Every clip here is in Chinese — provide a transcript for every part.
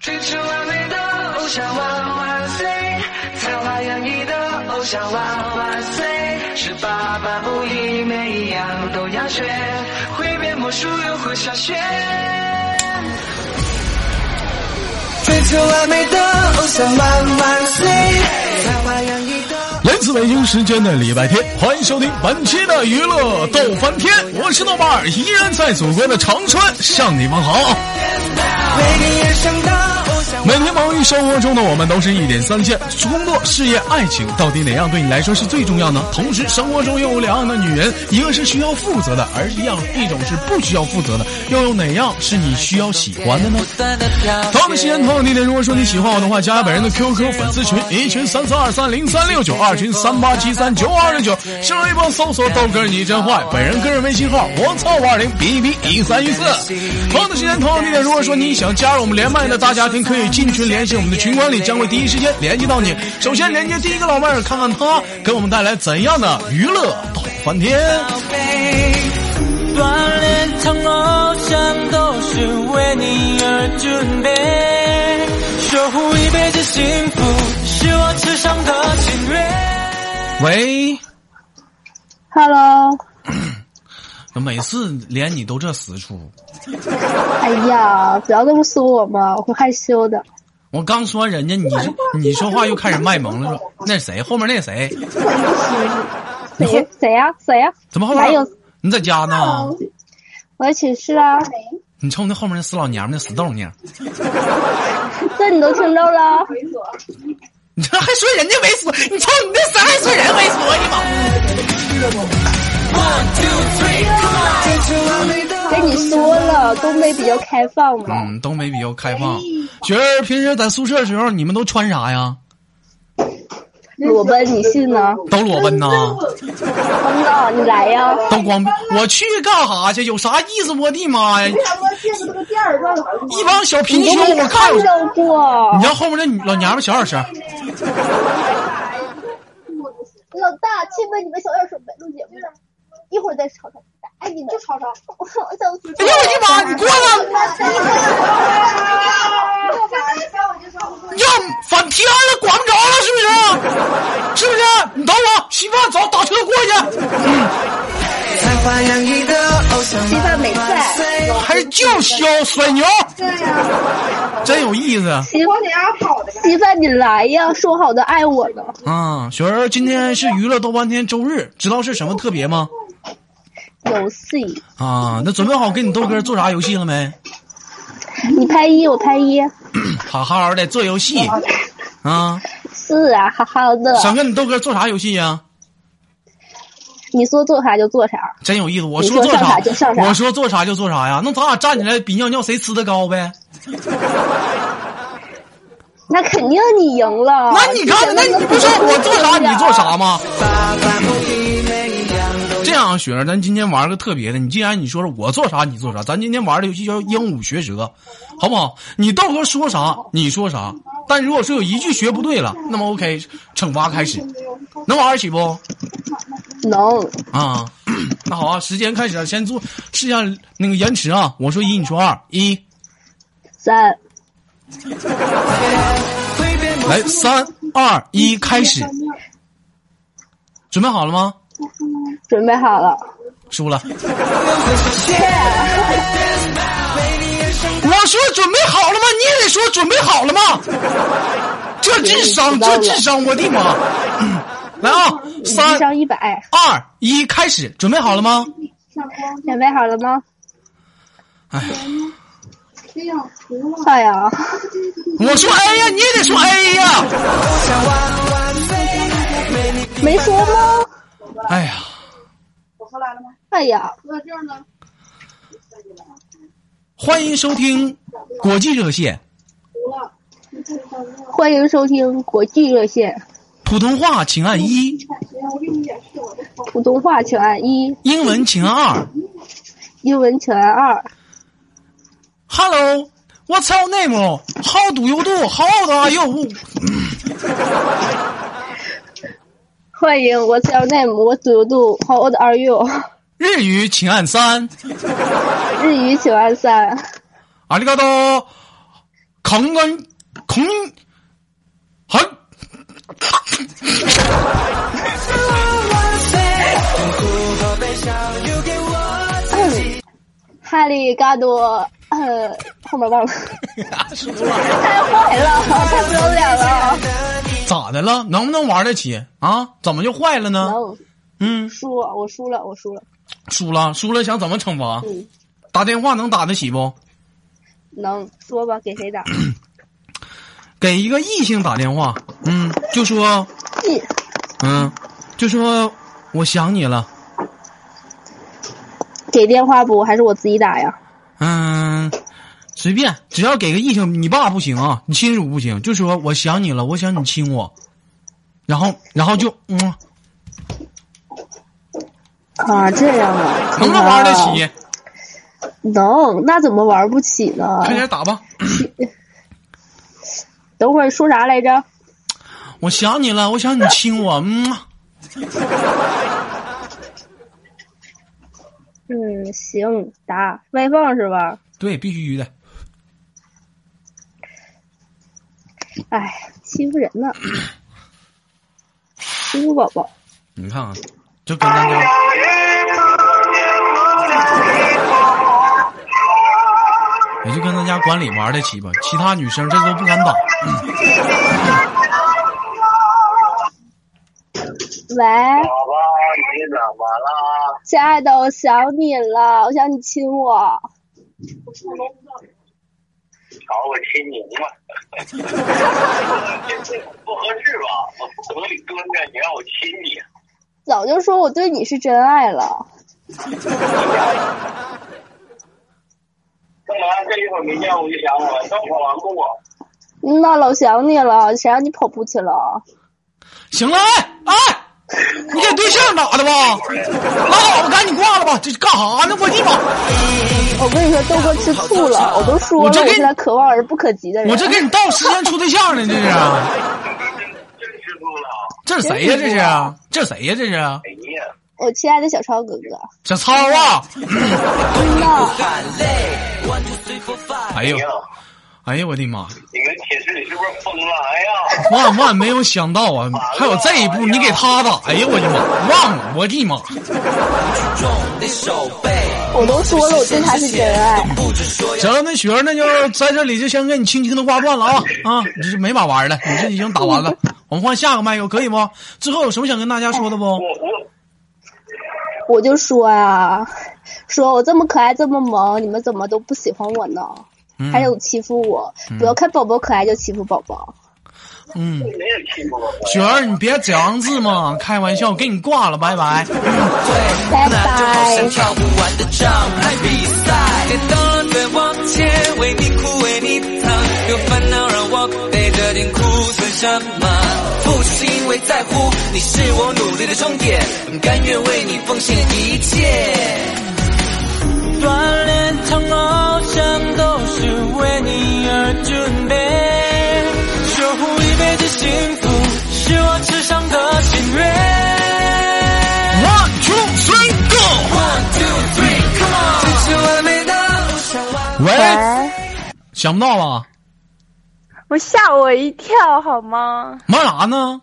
追求完美的偶像万万岁，才华洋溢的偶像万万岁，十八般武艺每一样都要学，会变魔术又会耍学。追求完美的偶像万万岁，才华洋溢的。来自北京时间的礼拜天，欢迎收听本期的娱乐逗翻天，我是豆瓣儿，依然在祖国的长春向你们好。为你而生的偶像每天忙于生活中的我们，都是一点三线：工作、事业、爱情，到底哪样对你来说是最重要呢？同时，生活中又有两样的女人，一个是需要负责的，而一样一种是不需要负责的，又有哪样是你需要喜欢的呢？断的飘同样的时间，同样的地点。如果说你喜欢我的话，加本人的 QQ 粉丝群，一群三三二三零三六九，二群三八七三九二六九，新浪微博搜索豆哥你真坏，本人个人微信号我操五二零 b b 一三一四。同样的时间，同样的地点。如果说你想加入我们连麦的大家庭，可以进群联系我们的群管理，将会第一时间联系到你。首先连接第一个老妹儿，看看她给我们带来怎样的娱乐逗翻天。锻炼场偶像都是为你而准备，守护一辈子幸福是我至上的心愿。喂， Hello，每次连你都这死出。哎呀，不要这么说我嘛，我会害羞的。我刚说人家，你就你说话又开始卖萌了，说那谁后面那谁你谁谁呀、谁呀、怎么啊后哪有面？你在家呢？我在寝室啊，你瞅那后面那死老娘们那死豆娘，这你都听到了？ 你这还说人家猥琐？你瞅你那啥还说人猥琐？你妈！跟你说了，东北比较开放嘛，嗯，东北比较开放。觉儿平时在宿舍的时候，你们都穿啥呀？裸奔你信呢？都裸奔呐？真的，你来呀！都光？我去干啥去？有啥意思？我的妈呀！一帮小贫你都穷，没我看看着。到过你。知道后面那女老娘们小点声。老大，亲吻你们小点声呗，录节目了。一会儿再吵吵，打你们就吵吵。我想死。哎呀，我的妈！你过来！呀，反天了，管不着了，是不是？是不是？你等我，稀饭走，打车过去，才华洋溢的偶像稀饭没万万岁还叫嚣甩牛，真有意思媳妇，媳妇，你来呀！说好的爱我呢，啊！雪儿，今天是娱乐豆瓣天周日，知道是什么特别吗？游戏，啊，那准备好给你豆哥做啥游戏了没？ 你拍一，我拍一，好好的做游戏啊！是啊，好好的。想跟你豆哥做啥游戏呀、你说做啥就做啥，真有意思，我你说说做上啥啥就上啥我说做啥就做啥呀。那咱俩站起来比尿尿谁吃的高呗？那肯定你赢了。那你看，那你不是我做啥你做啥吗？八般武艺每一样都这样啊，雪儿，咱今天玩个特别的。你既然你说了我做啥你做啥，咱今天玩的游戏叫鹦鹉学舌，好不好？你到时候说啥你说啥，但如果说有一句学不对了，那么 OK，惩罚开始，能玩一起不？能？啊， 那好啊，时间开始了，先做试一下那个延迟啊。我说一，你说二，一三，会变魔来三二一开始，准备好了吗？准备好了。输 了。我说准备好了吗？你也得说准备好了吗？这智 商，这智商，我的妈！来啊，你嗯智三商一百，二一，开始，准备好了吗？准备好了吗？哎，快呀！我说 A 呀，你也得说 A 呀！没说吗？哎呀，哎呀，欢迎收听国际热线，欢迎收听国际热线，普通话请按一，普通话请按一，英文请按二。英文请按二。 Hello, what's your name? How do you do? How old are you? 欢迎 What's your name? What do you do? How old are you? 日语请按三。日语请按三。阿里嘎多，扛杆扛还。哈利嘎多，呃，后 面忘了，太坏了，太不要脸了。 咋的了？能不能玩得起啊？怎么就坏了呢？能嗯，输，我输了，我输了，输了，输了想怎么惩罚？嗯打电话能打得起不？能说吧？给谁打？给一个异性打电话，嗯，就说，记嗯，就说我想你了，给电话不？还是我自己打呀？嗯，随便，只要给个异性，你爸不行啊，你亲属不行，就说我想你了，我想你亲我，然后，然后就，嗯，啊，这样啊？能不能玩得起？能，那怎么玩不起呢？快点打吧，等会儿说啥来着？我想你了，我想你亲我，嗯，嗯，行，打外放是吧？对，必须的，哎，欺负人呢，欺负宝宝。你看啊，就跟那个。也就跟咱家管理玩得起吧，其他女生这都不敢打。喂，宝宝，你怎么了？亲爱的，我想你了，我想你亲我。好，我亲你嘛。 不合适吧？我从里蹲着，你让我亲你，早就说我对你是真爱了，干嘛这一会儿没见我就想我？刚跑完步，嗯呐，老想你了，谁让你跑步去了？行了，哎哎，你给对象打的吧？拉倒吧，赶紧挂了吧！这干啥呢？我的妈！我跟你说，豆哥吃醋了，我都说了，我我这跟是他可望而不可及的人。我这给你到时间处对象呢，这是？真吃醋了。这是谁呀、这是？这谁呀、这是？哎呀，我亲爱的小超哥哥，小超啊！ 嗯呐，哎哎呦呀，，哎呦，我的妈！你跟寝室里是不是疯了？哎呀，万万没有想到啊，还有这一步，你给他打！哎呀，我的妈！忘了，我的妈！我都说了，我对他是真爱。行了，那雪儿，那就在这里就先给你轻轻的挂断了啊啊！你这是没法玩了，你这已经打完了。我们换下个麦克，可以不？最后有什么想跟大家说的不？我我我就说呀、说我这么可爱，这么萌，你们怎么都不喜欢我呢？嗯还有欺负我，不要看宝宝可爱就欺负宝宝。嗯，没有欺负我。雪儿，你别这样子嘛，开玩笑，给你挂了，拜拜。拜拜。跳不完的障碍比赛。跌倒了别往前，为你哭为你疼，有烦恼让我背着点哭算什么？不是因为在乎，你是我努力的终点，甘愿为你奉献一切。锻炼同翱翔都是为你而准备，守护一辈子幸福是我至上的心愿。 One two three go。 One, two, three, come on！这是完美的偶像完美喂，想不到吧？我吓我一跳好吗？忙啥呢？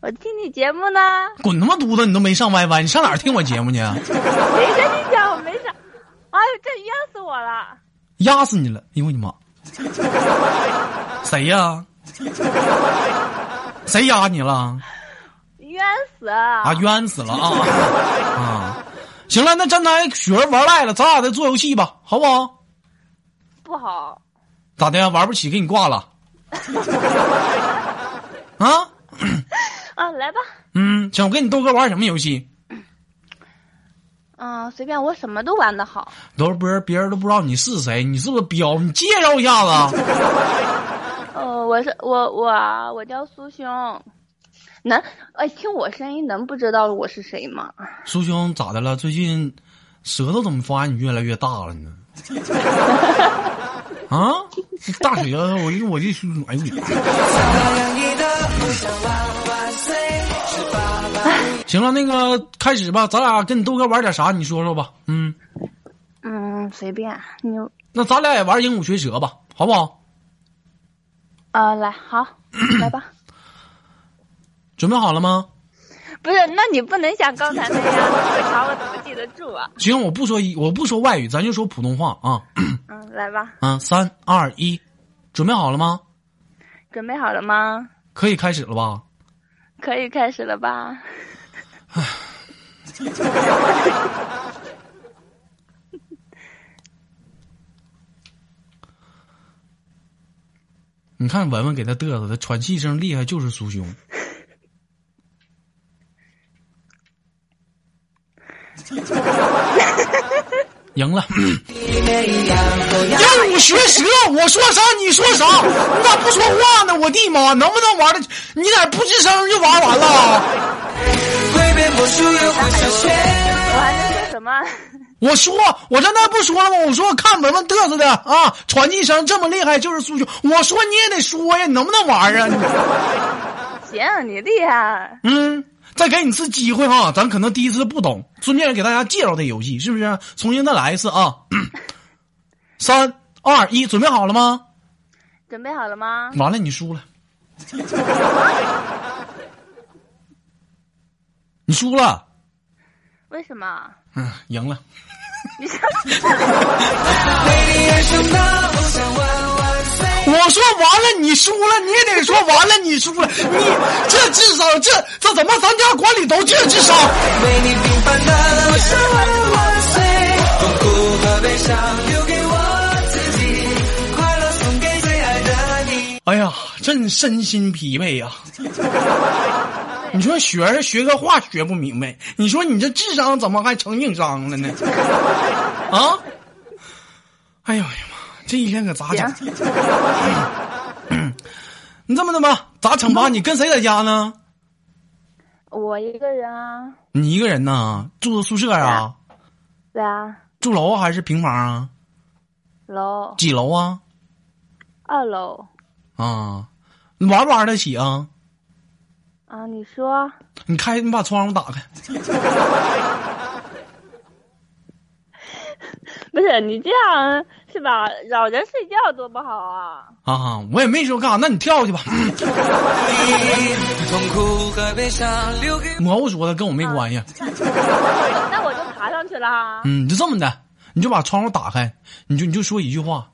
我听你节目呢，滚他妈犊子！你都没上 YY，你上哪儿听我节目去？啊谁跟你讲我没啥？哎呦，这压死我了！压死你了！哎呦我的妈！谁呀？谁压你了？冤死啊！啊，冤死了啊！啊，行了，那站台雪儿玩赖了，咱俩再做游戏吧，好不好？不好，咋的？玩不起，给你挂了。啊，啊，来吧，嗯，想跟你豆哥玩什么游戏？嗯，随便，我什么都玩的好。都不是别人都不知道你是谁，你是不是彪？你介绍一下子。啊 呃，我是我我啊我叫苏兄，能哎听我声音能不知道我是谁吗？苏兄咋的了？最近舌头怎么发现你越来越大了呢？啊，大舌头，我一我就哎呦我。 行了，那个开始吧，咱俩跟你豆哥玩点啥？你说说吧。嗯，嗯，随便你那咱俩也玩鹦鹉学舌吧，好不好？啊，来， 好，来吧。准备好了吗？不是，那你不能像刚才那样，这个条我怎么记得住啊？行，我不说一，我不说外语，咱就说普通话啊。嗯，来吧，啊，三二一，准备好了吗？准备好了吗？可以开始了吧？可以开始了吧？你看文文给他嘚瑟，他喘气声厉害，就是苏兄。赢了，让我学舌，我说啥你说啥，你咋不说话呢？我的妈，能不能玩的？你咋不吱声就玩完了？挥别魔术又会上学。我还能说什 么？我说，我刚才不说了吗？我说看文文嘚瑟的啊，喘气声这么厉害，就是苏兄。我说你也得说呀，你能不能玩啊？你行，你厉害。嗯，再给你次机会哈，咱可能第一次不懂，顺便给大家介绍这游戏，是不是？重新再来一次啊！ 三二一，准备好了吗？准备好了吗？完了，你输了，你输了，为什么？嗯，赢了。你说 我说完了，你输了，你也得说完了，你输了，你这智商，这这怎么咱家管理都这智商？为你平凡的我说万万岁，痛苦和悲伤留给我自己，快乐送给最爱的你。哎呀，真身心疲惫呀、 你说学着学个话学不明白，你说你这智商怎么还成硬伤了呢？啊！哎呦我的妈，这一天可咋整？嗯你这么的吧，咋惩罚你？跟谁在家呢？我一个人啊，你一个人呢？住的宿舍啊？对啊，住楼还是平房啊？楼几楼啊？二楼啊，你玩不玩得起啊？啊，你说你开，你把窗户打开。不是你这样是吧？扰人睡觉多不好啊！啊，我也没说干啥，那你跳 去吧。痛苦和悲伤留给蘑菇说的跟我没关系。那我就爬上去啊啦。嗯，你就这么的，你就把窗户打开，你就你就说一句话：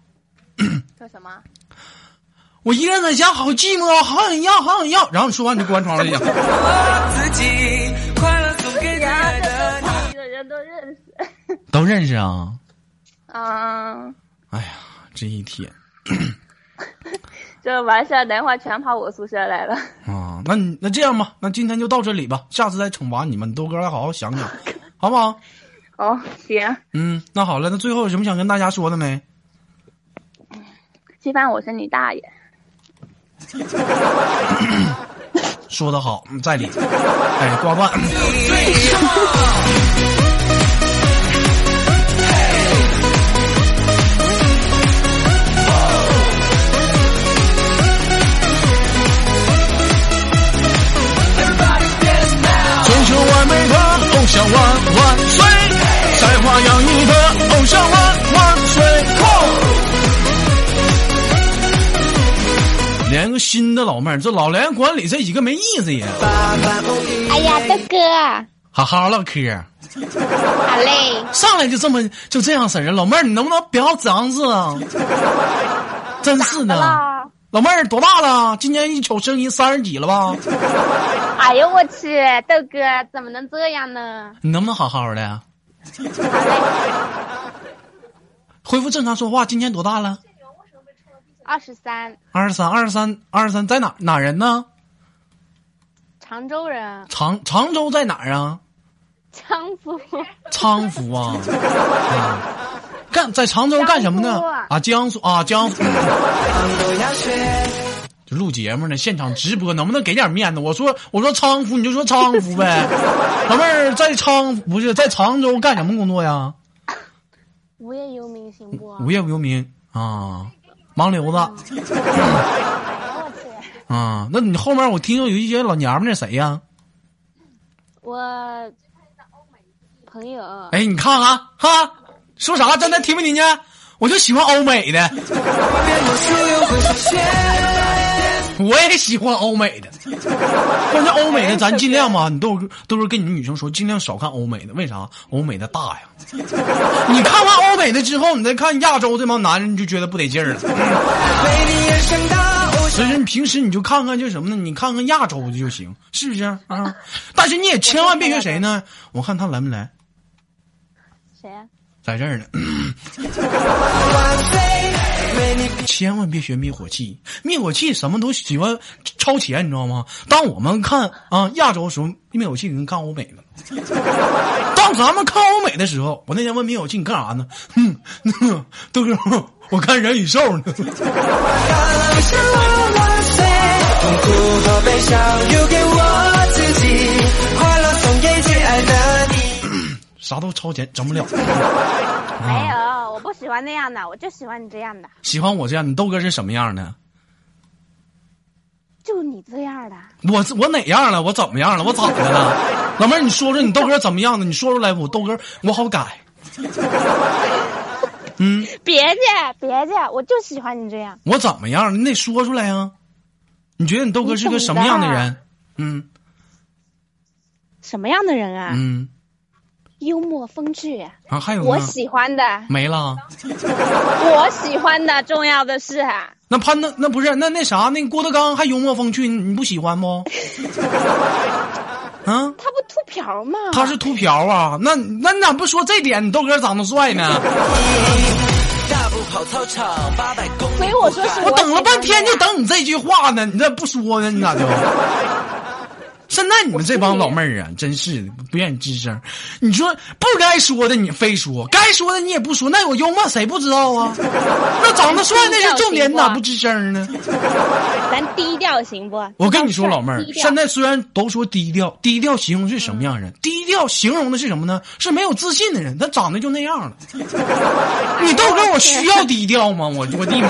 说什么？我一个人在家好寂寞，啊好想要，好想要。然后你说完你就关窗了就行。我自己，快乐送给最呀，爱的你。这都旁里的人都认识。都认识啊？啊，哎呀，这一天这完事儿，等会儿全跑我宿舍来了。啊，那你那这样吧，那今天就到这里吧，下次再惩罚你们，豆哥来好好想想，好不好？哦，行，嗯，那好了，那最后有什么想跟大家说的没？吃饭我是你大爷。说的好，嗯在理。哎，挂断。追求完美的偶像万万岁，才华洋溢的偶像万万岁。连个新的老妹儿，这老连管理这几个没意思呀，哎呀，大哥，好好唠嗑，好嘞，上来就这么就这样式儿啊，老妹儿你能不能不要长子啊？真是的，啦老妹儿多大了？今年一瞅声音三十几了吧？哎呦我去，豆哥怎么能这样呢？你能不能好好的？恢复正常说话。今年多大了？二十三，二十三，二十三，二十三，在哪哪人呢？常州人，常常州在哪儿啊？江苏，昌福啊。啊干在常州干什么呢江苏啊？啊，江苏啊，江苏。都要学，就录节目呢，现场直播，能不能给点面子？我说我说昌福，你就说昌福呗。 老妹儿在昌不是在常州干什么工作呀？无业游民行不？无业游民啊，盲流子我去，啊。那你后面我听说有一些老娘们儿，谁呀？我朋友，哎，你看看哈，说啥？刚才听没听见？我就喜欢欧美的。别魔术又会上学。我也喜欢欧美的，关键欧美的咱尽量嘛，你都都是跟你女生说，尽量少看欧美的，为啥？欧美的大呀，你看完欧美的之后，你再看亚洲这帮男人，你就觉得不得劲儿了。嗯所以说，你平时你就看看就什么呢？你看看亚洲的就行，是不是啊？但是你也千万别学谁呢？我看他来没来，谁啊呀、在这儿呢。 千万别学灭火器，灭火器什么都喜欢超前，你知道吗？当我们看啊亚洲的时候，灭火器已经看欧美了。 当咱们看欧美的时候，我那天问灭火器你干啥呢？ 哼、哼，豆哥， 我看人与兽呢。痛苦和悲伤留给我自己，快乐送给最爱的你。啥都超前，整不了。 啊没有，我不喜欢那样的，我就喜欢你这样的，喜欢我这样，你豆哥是什么样的？就你这样的。我我哪样了？我怎么样了？我咋的了？老妹儿，你说说你豆哥怎么样的？你说出来，我豆哥我好改。嗯，别介，别介，我就喜欢你这样。我怎么样？你得说出来呀、啊。你觉得你豆哥是个什么样的人？嗯什么样的人啊？嗯幽默风趣，啊，还有我呢？喜欢的，没了。啊我喜欢的。重要的是啊，那潘那那不是那那啥那郭德纲还幽默风趣，你你不喜欢 不？啊，他不秃瓢吗？他是秃瓢啊？那那你咋不说这点？你豆哥长得帅 呢？大步跑操场，八百公里。所以我说是我等了喜欢半天的就等你这句话呢，你咋不说呢？你 咋就？现在你们这帮老妹儿啊，真是的，不愿意吱声。你说不该说的你非说，该说的你也不说，那有幽默谁不知道 啊？那长得帅那是重点，你咋不吱声呢？咱低调行不？我跟你说，老妹儿低，调嗯现在虽然都说低调，低调形容是什么样的人？低调形容的是什么呢？是没有自信的人，他长得就那 样了。你豆哥，我需要低调吗？我我的妈！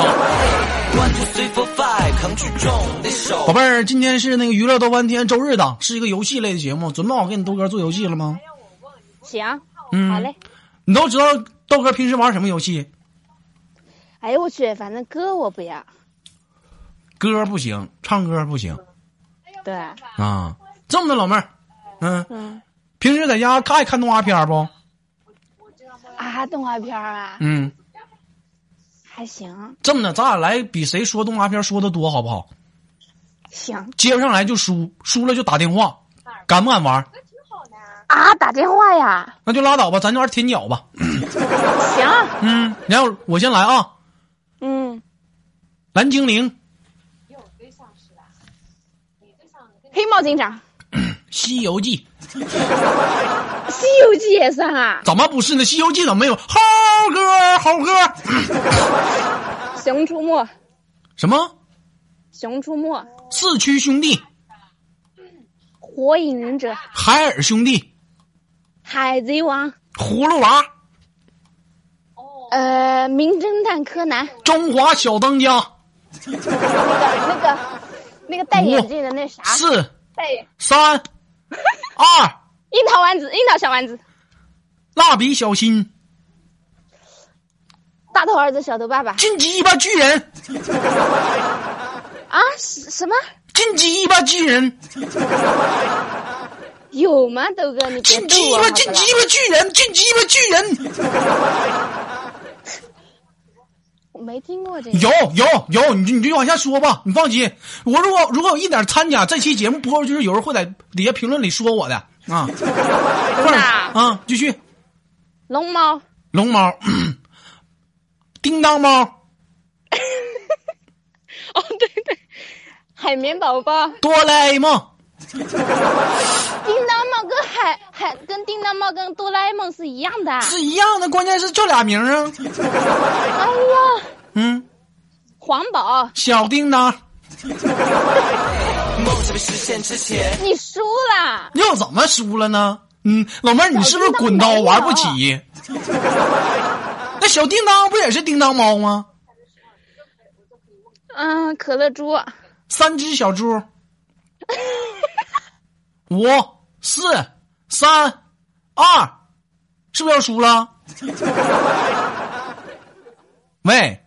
One two three four five，扛举重的手宝。贝儿，今天是那个娱乐豆翻天周日档，是一个游戏类的节目。准备好跟你豆哥做游戏了吗？行，嗯哎好嘞。你都知道豆哥平时玩什么游戏？哎呦我去，反正歌我不要，歌不行，唱歌不行对，啊。这么的，老妹儿，嗯，嗯平时在家看爱看动画片儿不？啊，动画片儿啊，嗯，还行这么的，咱俩来比谁说动画片说的多，好不好？行接不上来就输，输了就打电话，敢不敢玩？啊，打电话呀，那就拉倒吧，咱就玩舔脚吧。行，啊嗯，然后我先来啊，嗯，蓝精灵、黑猫警长，西游记。 《西游记》也算啊，怎么不是呢？《西游记》怎么没有？猴哥，猴哥， 《熊出没》，《什么熊出没》，《四驱兄弟、火影忍者》，《海尔兄弟、海贼王》，葫芦娃、呃，《名侦探柯南》，中华小当家，那个那个那个戴眼镜的那啥，四戴眼三二，樱桃丸子，樱桃小丸子，蜡笔小新，大头儿子小头爸爸金鸡巴巨人，啊，什什么？金鸡巴巨人，有吗，豆哥？你别金逗鸡我好巴，不金好鸡巴巨人，金鸡巴巨人，我没听过这 个。有有有，你就你就往下说吧，你放心，我如果如果有一点参加这期节目播出，就是有人会在底下评论里说我的啊， 快点啊，继续。龙猫、龙猫， 叮当猫， 哦海绵宝宝、哆啦 A 梦，叮当猫跟海海跟叮当猫跟哆啦 A 梦是一样的啊。是一样的，关键是就俩名儿啊。哎呀，嗯，环保，小叮当梦想被实现之前，你输了。又怎么输了呢？嗯，老妹儿，你是不是滚刀玩不起？ 那小叮当不也是叮当猫吗？嗯，可乐猪， 三只小猪，五四三二，是不是要输了？ 喂，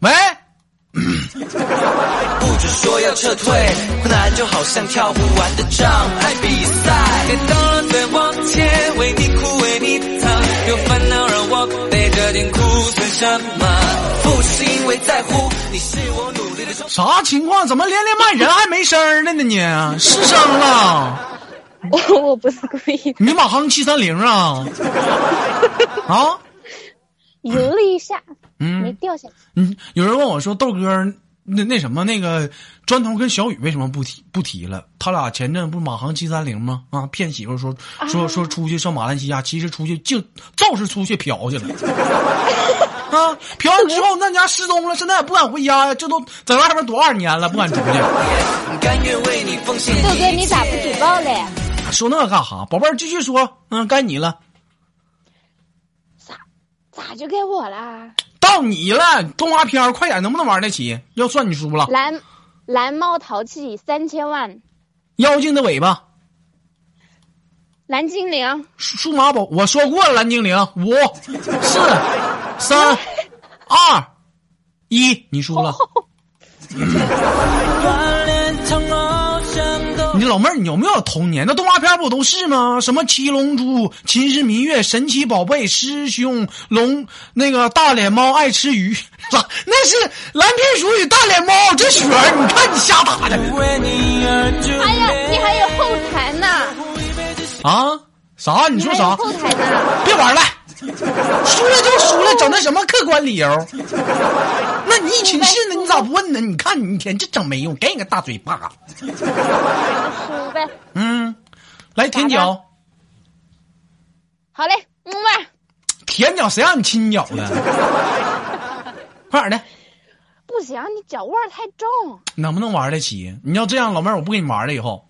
喂。不知就说要撤退，困难就好像跳不完的障碍比赛。该到了再往前，为你哭为你疼，有烦恼让我背着点哭算什么？不是因为在乎，你是我努力的双。啥情况？怎么连连麦人还没声儿了呢？你失声了？我我不是故意的，你马航七三零啊？啊？游了一下，没嗯掉下来。嗯，有人问我说豆哥儿。那那什么，那个砖头跟小雨为什么不提不提了？他俩前阵不是马航七三零吗？啊，骗媳妇儿说说说出去上马来西亚，其实出去就就是出去嫖去了。啊，嫖完之后那家失踪了，现在也不敢回家呀，这都在外边多少年了，不敢出去。甘愿为你奉献。豆哥，你咋不举报嘞？说那干哈？宝贝儿，继续说。嗯，该你了，咋就该我啦？到你了。动画片儿，快点，能不能玩得起？要算你输了。蓝蓝猫淘气三千万，妖精的尾巴，蓝精灵数数码宝，我说过了，蓝精灵，五、四、三、二、一，你输了。哦你老妹儿，你有没有童年？那动画片不都是吗？什么《七龙珠》《秦时明月》《神奇宝贝》《师兄》龙那个大脸猫爱吃鱼，咋？那是蓝皮鼠与大脸猫，这雪儿，你看你瞎打的哎呀，你还有后台呢，啊？啥？你你说还啥有？后台呢，别玩了，输了就输了，整那什么客观理由？那你一群是呢？你咋不问呢？你看你一天这整没用，给你个大嘴巴。输呗。嗯，来舔脚，好嘞，么么。舔脚谁让你亲脚的？ 快点的，不行，你脚味儿太重。能不能玩得起？你要这样，老妹儿，我不跟你玩了。以后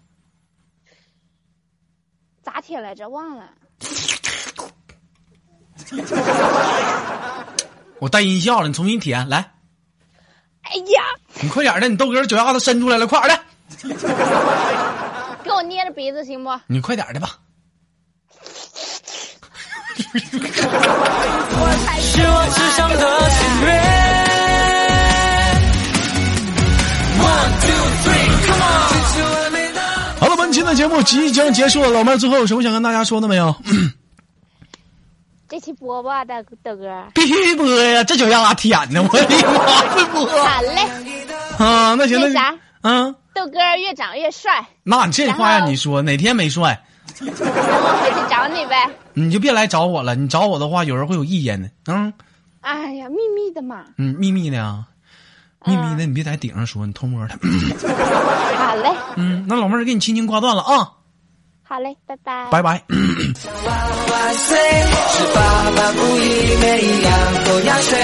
咋铁来着？忘了。我带音效了，你重新舔，来，哎呀，你快点的，你豆哥脚丫子伸出来了，快点的，给我捏着鼻子行不？你快点的吧。是我智商的喜悦。One two three, come on！追求完美的好了，本期的节目即将结束了，老妹儿最后有什么想跟大家说的没有？ 这期播吧，大豆哥。必须播呀！这脚丫舔的，我的妈，会播好嘞，啊！那行，那那啥嗯，豆哥越长越帅，那你这话然让后你说，哪天没帅，等我回去找你呗。你就别来找我了。你找我的话，有人会有意见的。嗯哎呀，秘密的嘛。嗯，秘密的啊，嗯秘密的，你别在顶上说，你偷摸的。好嘞，嗯， 那老妹儿给你轻轻挂断了啊，好嘞，拜拜。拜拜。万岁！是爸爸不一，每一样都要学，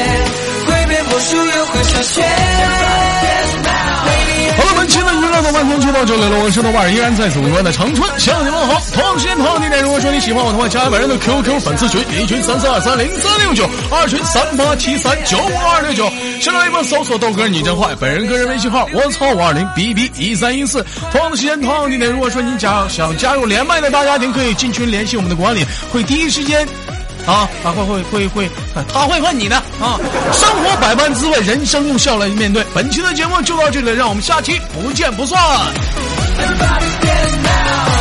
会变魔术又会转学。好了，本期的娱乐豆瓣天就到这里了。我是豆瓣儿，依然在祖国的长春向你们好。同样时间同样地点，如果说你喜欢我的话，加本人的 QQ 粉丝群，一群三三二三零三六九，二群三八七三九五二六九。新浪微博搜索豆哥你真坏，本人个人微信号我操五二零 b b 一三一四。同样的时间同样地点，如果说你加想加入连麦的大家庭，可以进群联系我们的管理，会第一时间。啊，啊会会会会，啊他会问你的啊！生活百般滋味，人生用笑来面对。本期的节目就到这里了，让我们下期不见不散。 Everybody dance now！